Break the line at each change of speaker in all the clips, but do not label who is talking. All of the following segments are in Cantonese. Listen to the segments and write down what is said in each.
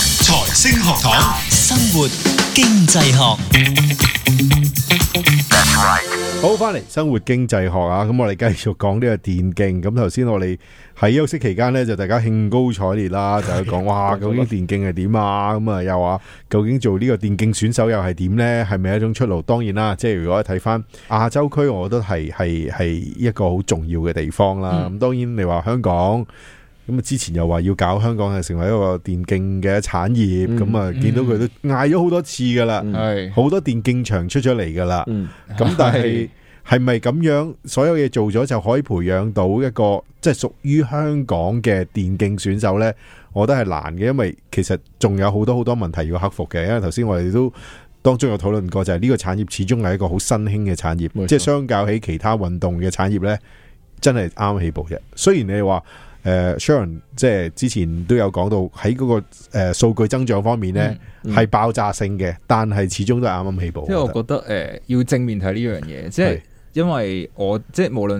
星學堂，
生活經濟學，
好，翻嚟生活經濟學啊！咁我哋繼續講呢個電競。咁頭先我哋喺休息期間呢，就大家興高采烈啦，就喺度講哇，究竟電競係點啊？咁啊又話究竟做呢個電競選手又係點呢？係咪一種出路？當然啦，即係如果睇翻亞洲區，我覺得係係係一個好重要嘅地方啦。咁、當然你話香港。咁啊！之前又話要搞香港係成為一個電競嘅產業，咁啊、見到佢都嗌咗好多次噶啦，
係
好、多電競場出咗嚟噶啦。
嗯
嗯咁但 係係咪咁樣所有嘢做咗就可以培養到一個即係屬於香港嘅電競選手呢？我覺得係難嘅，因為其實仲有好多好多問題要克服嘅。因為頭先我哋都當中有討論過，就係呢個產業始終係一個好新興嘅產
冇
業，
錯
即係相較起其他運動嘅產業呢，真係啱起步啫。雖然你話。誒、Sharon 即係之前都有講到喺嗰、個誒、數據增長方面呢，係、爆炸性嘅，但係始終都係啱啱起步。
即係
我
我
覺
覺
得
得诶、呃要正面睇呢樣嘢，即係
係
因為我即係無論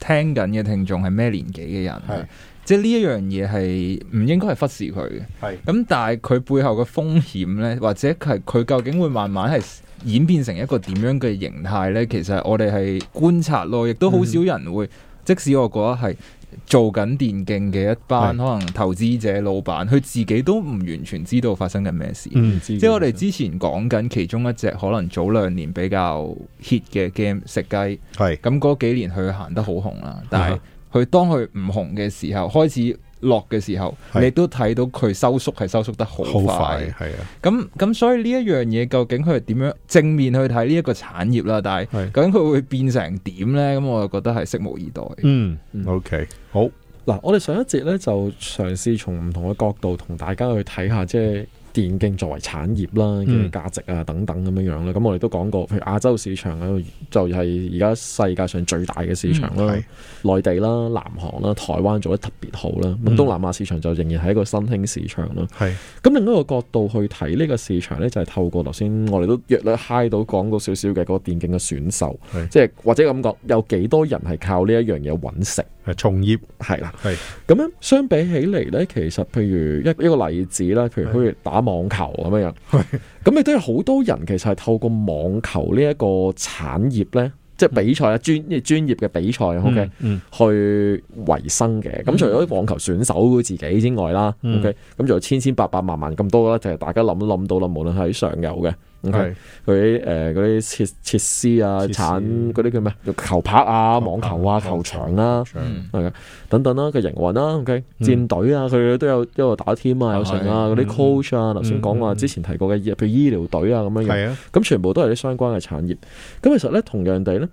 聽緊嘅聽眾係咩年紀嘅
係
人，即係呢一樣嘢係唔應該係忽視佢嘅。
係
咁但係佢背後嘅風險呢，或者係佢究竟會慢慢係演變成一個點樣嘅形態呢？其實我哋係觀察咯，亦都
嗯
好少人會，即使我覺得係做緊電競嘅一班
係
可能投資者、老闆，佢自己都唔完全知道發生緊咩事。
嗯
即
即係我哋之前講緊其中一隻可能早兩年比較 hit 嘅 game 食雞，
係
咁嗰幾年佢行得好紅
啊
啦，但係佢當佢唔紅嘅時候，開始落嘅時候，
係
你都睇到佢收縮係收縮得好
好快
快。
係啊。
咁咁所以呢一樣嘢究竟佢係點樣正面去睇呢一個產業啦？但係
係
究竟佢會變成點呢？咁我就覺得係拭目以待。
嗯
嗯
，OK，好，
嗱，我哋上一節咧就嘗試從唔同嘅角度同大家去睇下，即係電競作為產業啦嘅
嗯
價值啊等等咁樣樣啦。咁我哋都講過，譬如亞洲市場啊，就係而家世界上最大嘅市場啦，
嗯
內地啦、南韓啦、台灣做得特別好啦。咁
嗯
東南亞市場就仍然係一個新興市場啦。
係
咁另一個角度去睇呢個市場呢，就係、透過頭先我哋都約略嗨到講到少少嘅嗰個電競嘅選手
係，
即係或者咁講，有幾多人係靠呢一樣嘢揾食？
誒從業
係啦，
係
咁樣相比起嚟呢，其實譬如一一個例子啦，譬如好似打網球咁樣樣，咁亦都有好多人其實係透過網球呢一個產業呢，即係比賽啊，專專業嘅比賽，OK，、啊
嗯
去維生嘅。咁除咗網球選手自己之外啦、
嗯
o k 咁仲有千千百百萬萬咁多啦，就係、大家諗都諗到啦，無論係上游嘅，OK，
係
佢誒嗰啲設設施啊、
設施
產嗰啲叫咩球拍啊、
球
網
拍
球啊、
球
球場啦、
場
等等啦，佢營運啦，OK，
嗯
戰隊啊，佢哋都有一路打 team 啊，有成啊，
係
嗰啲 coach 啊，頭先講話
嗯
之前提過嘅，譬如醫療隊啊咁樣樣，
係啊，
咁全部都係啲相關嘅產業。咁其實咧，同樣地咧，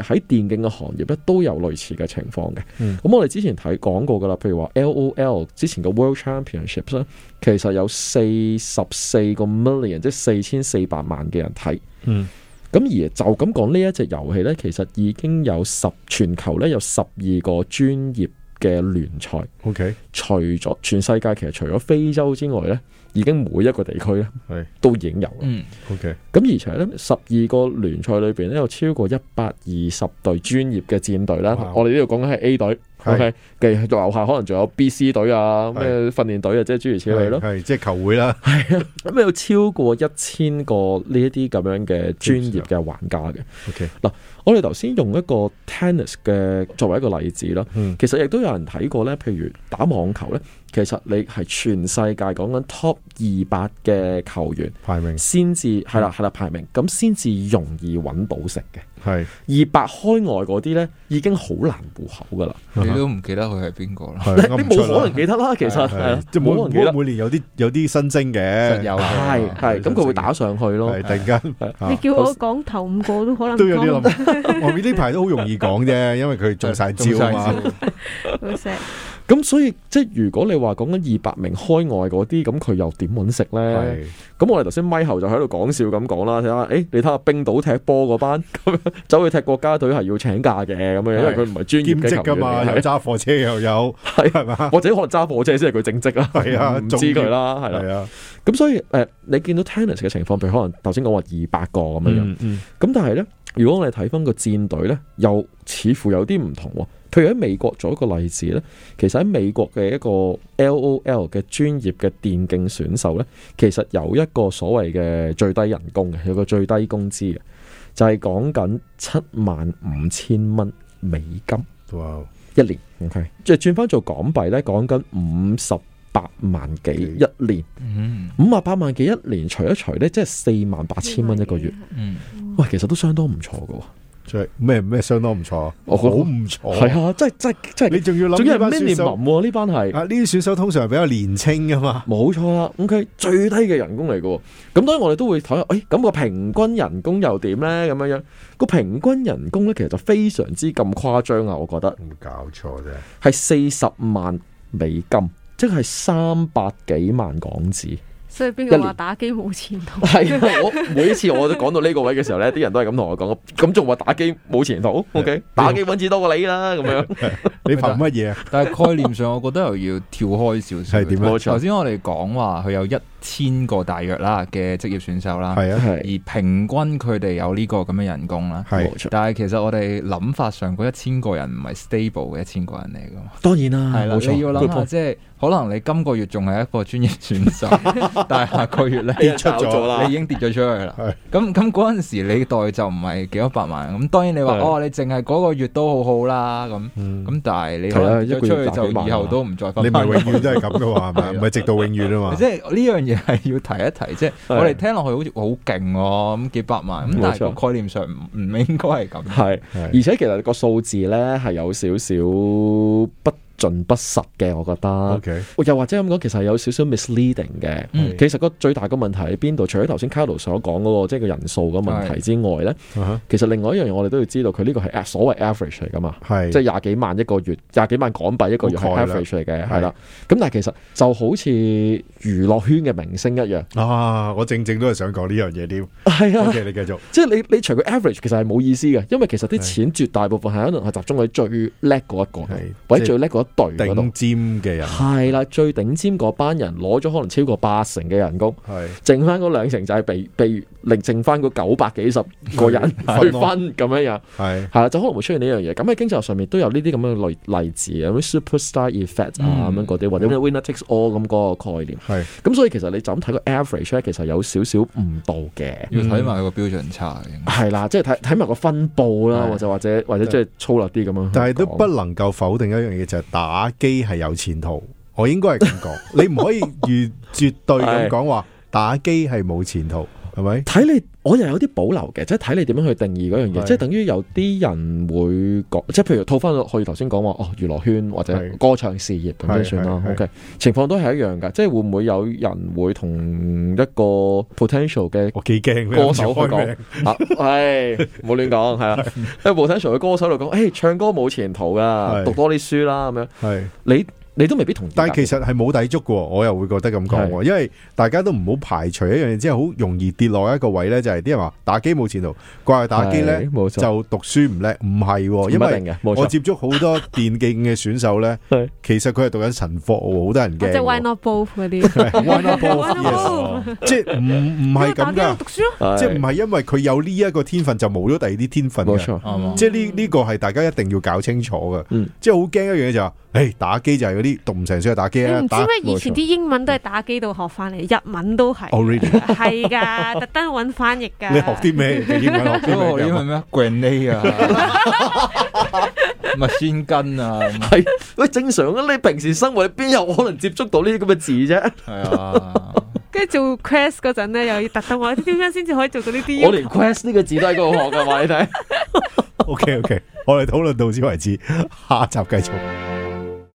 誒喺電競嘅行業咧都有類似嘅情況嘅。咁、
嗯
我哋之前睇講過噶啦，譬如話 LOL 之前嘅 World Championships 咧，其實有四十四個 million，即係四千四百萬嘅人睇。
嗯
咁而就咁講呢一隻遊戲呢，其實已經有十全球呢有十二個專業嘅聯賽，
，OK，
除咗全世界其實除咗非洲之外呢，已經每一個地區呢
係
都已經有啦。
嗯，
OK，
咁而且呢，十二個聯賽裏邊呢，有超過一百二十隊專業嘅戰隊啦。
哇
我哋呢度講緊係 A 隊
係
，OK，嘅樓下可能仲有 B、C 隊啊，咩訓練隊啊，即係諸如此類咯。
係即係球會啦，
咁有超過一千個呢一啲咁樣嘅專業嘅玩家嘅。
OK
嗱，我哋頭先用一個 tennis 嘅作為一個例子啦。
嗯
其實亦都有人睇過咧，譬如打網球咧，其實你係全世界講緊 top 二百嘅球員
排名
先至係
嗯
啦，係啦排名，咁先至容易揾到食嘅。
係
二百開外嗰啲咧，已經好難糊口噶啦，
你都唔記得佢係邊個啦。
啊係
你
噏唔
冇
出啦
可能記得啦，其實
係
係啦
即係每
冇可能記得
每，每年有啲有啲新星嘅，
實有
係係咁佢會打上去咯。
係突然間
你叫我講頭五個都可能
啊都有啲
講唔
諗， 我呢排都好容易講啫，因為佢中晒招啊嘛，
到石，
咁所以即係如果你話講緊二百名開外嗰啲，咁佢又點揾食呢？
係
咁我哋頭先咪後就喺度講笑咁講啦，睇下，誒、你睇下冰島踢波嗰班咁樣 走去踢國家隊係要請假嘅咁樣，因為佢唔係專業
兼
嘅
職
球
噶
員
嘛，
嚟嘅，
又揸貨車又有，
係
係嘛，
或者可能揸火車先係佢正職啦，
係啊
唔
仲
知
要
佢啦，係啦。
係啊，
咁所以誒、呃你見到 tennis 嘅情況，譬如可能頭先講話二百個咁樣樣，咁、
嗯嗯
但係呢，如果我哋睇翻個戰隊呢，又似乎有啲唔同喎。譬如喺美國做一個例子咧，其實喺美國嘅一個 L.O.L 嘅專業嘅電競選手咧，其實有一個所謂嘅最低人工嘅，有個最低工資嘅，就係講緊七萬五千蚊美金
哇，
一年。OK，即係轉翻做港幣咧，講緊五十八萬幾一年，
嗯
五啊八萬幾一年，除一除咧，即係四萬八千蚊一個月。
嗯，
喂，其實都相當唔錯嘅喎。
即係咩咩相當唔錯，
我覺得
好唔錯。
係，啊，真係真係真
哦你
係，
仲要
仲
諗
要
呢
係
班選手
minimum 喎呢班係。
啊？呢啲選手通常係比較年青噶嘛，
冇錯啦，OK，最低嘅人工嚟嘅喎。咁當然我哋都會睇下，誒、哎咁、個平均人工又點呢？咁樣樣個平均人工呢，其實就非常之咁誇張啊！我覺得
冇搞錯啫。
係四十萬美金，即係三百幾萬港紙。
所以邊個
一
話
年
打機冇前途？
係 啊，我每一次我都講到呢個位嘅時候呢，啲人都係咁同我講，咁仲話打機冇前途？OK，打機揾錢多過你啦，咁樣。
你憑乜嘢啊？
但係概念上，我覺得又要跳開少少。
係點
啊冇錯
頭先我哋講話佢有一千個大約啦嘅職業選手啦，
係啊，
而
係
平均佢哋有呢個咁嘅人工啦。
係
冇錯，
但係其實我哋諗法上嗰一千個人唔係 stable 嘅一千個人嚟噶嘛，
當然啦，
係啦、
冇錯
你要
good
諗
point
下，即係可能你今個月仲係一個專業 選手，但係下個月咧
俾人炒咗啦
你已經跌咗出去啦
係。
咁咁嗰陣時你代就唔係幾多百萬，咁當然你話
係
哦，你淨係嗰個月都好好啦咁。
嗯
咁但係你
係啊
可能跌咗
一個
出
月
去
賺幾萬
就
啊
以後都唔再分
你咪
返
永遠都係咁噶嘛，係咪？唔係直到永遠啊嘛
即。係呢樣嘢係要提一提，即係
係
我哋聽落去好似好勁喎，咁幾百萬，咁但係
冇錯
個概念上唔唔應該係咁。
係，
係
而且其實個數字呢係有少少不盡不實嘅，我覺得。
OK，
又或者咁講，其實係有少少 misleading 嘅。
嗯
其實個最大嘅問題喺邊度？除咗頭先 Carlo 所講嗰、個即係個人數嘅問題之外呢，
啊
其實另外一樣嘢我哋都要知道，佢呢個係所謂 average 嚟噶嘛。
哈係
即係廿幾萬一個月，廿幾萬港幣一個月
好概
係
略
average 嚟嘅，
係
係啦。咁但係其實就好似娛樂圈嘅明星一樣，
啊！我正正都係想講呢樣 嘢添。
係啊，
OK，你繼 續。
即係你你除佢 average 其實係冇意思嘅，因為其實啲錢絕大部分係可能係集中喺最叻嗰一個
係，
或
即係
者最叻嗰一隊嗰
頂
度。
尖 嘅人
係啦，最頂尖嗰班人攞咗可能超過八成嘅人工，
係
剩翻嗰兩成就係被被另剩翻嗰九百幾十個人
係
去分咁樣樣，
係
係啦，就可能會出現呢樣嘢。咁喺經濟學上面都有呢啲咁嘅例例子，咁 superstar effect 啊咁樣嗰啲，或者 winner takes all 咁嗰個概念。
係
咁所以其實你就咁睇個 average 咧，其實有少少誤導嘅。嗯
要睇埋佢個標準差嘅應該。
係啦，即係睇睇埋個分佈啦，
係
或者或者或者即係粗略啲咁樣。
但係都不能夠否定一樣嘢，就係打機係有前途。我應該係咁 講，你唔可以越絕對咁講話打機係冇前途，係咪？
睇你，我又有啲保留嘅，即係睇你點樣去定義嗰樣
係
嘢，即係等於有啲人會講，即係譬如套翻落去頭先講話哦，娛樂圈或者
係
歌唱事業咁
係
先算啦。
係係
OK，情況都係一樣㗎，即係會唔會有人會同一個 potential 嘅
我幾驚
歌手去
開
講
名
啊， 唉，冇亂講，係啊，因為 potential 嘅歌手嚟講，誒，唱歌冇前途
係
㗎，讀多啲書啦咁樣，
係。
你你都未必同意㗎。
但係其實係冇底足嘅喎，我又會覺得咁講喎，因為大家都唔好排除一樣嘢，即係好容易跌落一個位呢，就係啲人話打機冇前途，怪打機呢
係冇錯
就讀書唔叻，唔係喎，
唔一
因
定
為
嘅，冇
我
錯。
接觸好多電競嘅選手呢
係，
其實佢係讀緊神科喎，好多人
即係
驚喎。
why not both 嗰啲？
嗯
Why not both?
Why not
Yes. 即係唔唔係咁
打
㗎
機，讀書咯。
即係唔係因為佢有呢一個天分就冇咗第二啲天分
冇
嘅。
錯，
啱啊
即係呢呢個係大家一定要搞清楚嘅，
嗯
即係好驚一樣嘢就係、誒打機就係嗰啲讀唔成書就打機
你
啦
唔，知
啊打
咩？以前啲英文都係打機度學翻嚟，日文都係
already
係㗎，特登揾翻譯㗎。
你學啲咩？你英文學
嗰
啲
哦個
咩
英
㗎？
文 咩？grenade 啊，咪先根啊，咁
係喂正常啊！你平時生活你邊有可能接觸到呢啲咁嘅字啫？
係啊，
跟住做 quest 嗰陣咧，又要特登話點樣先至可以做到呢啲
我連 quest 呢個字都喺嗰度學噶，話你睇。
OK OK，我哋討論到此為止，下集繼續。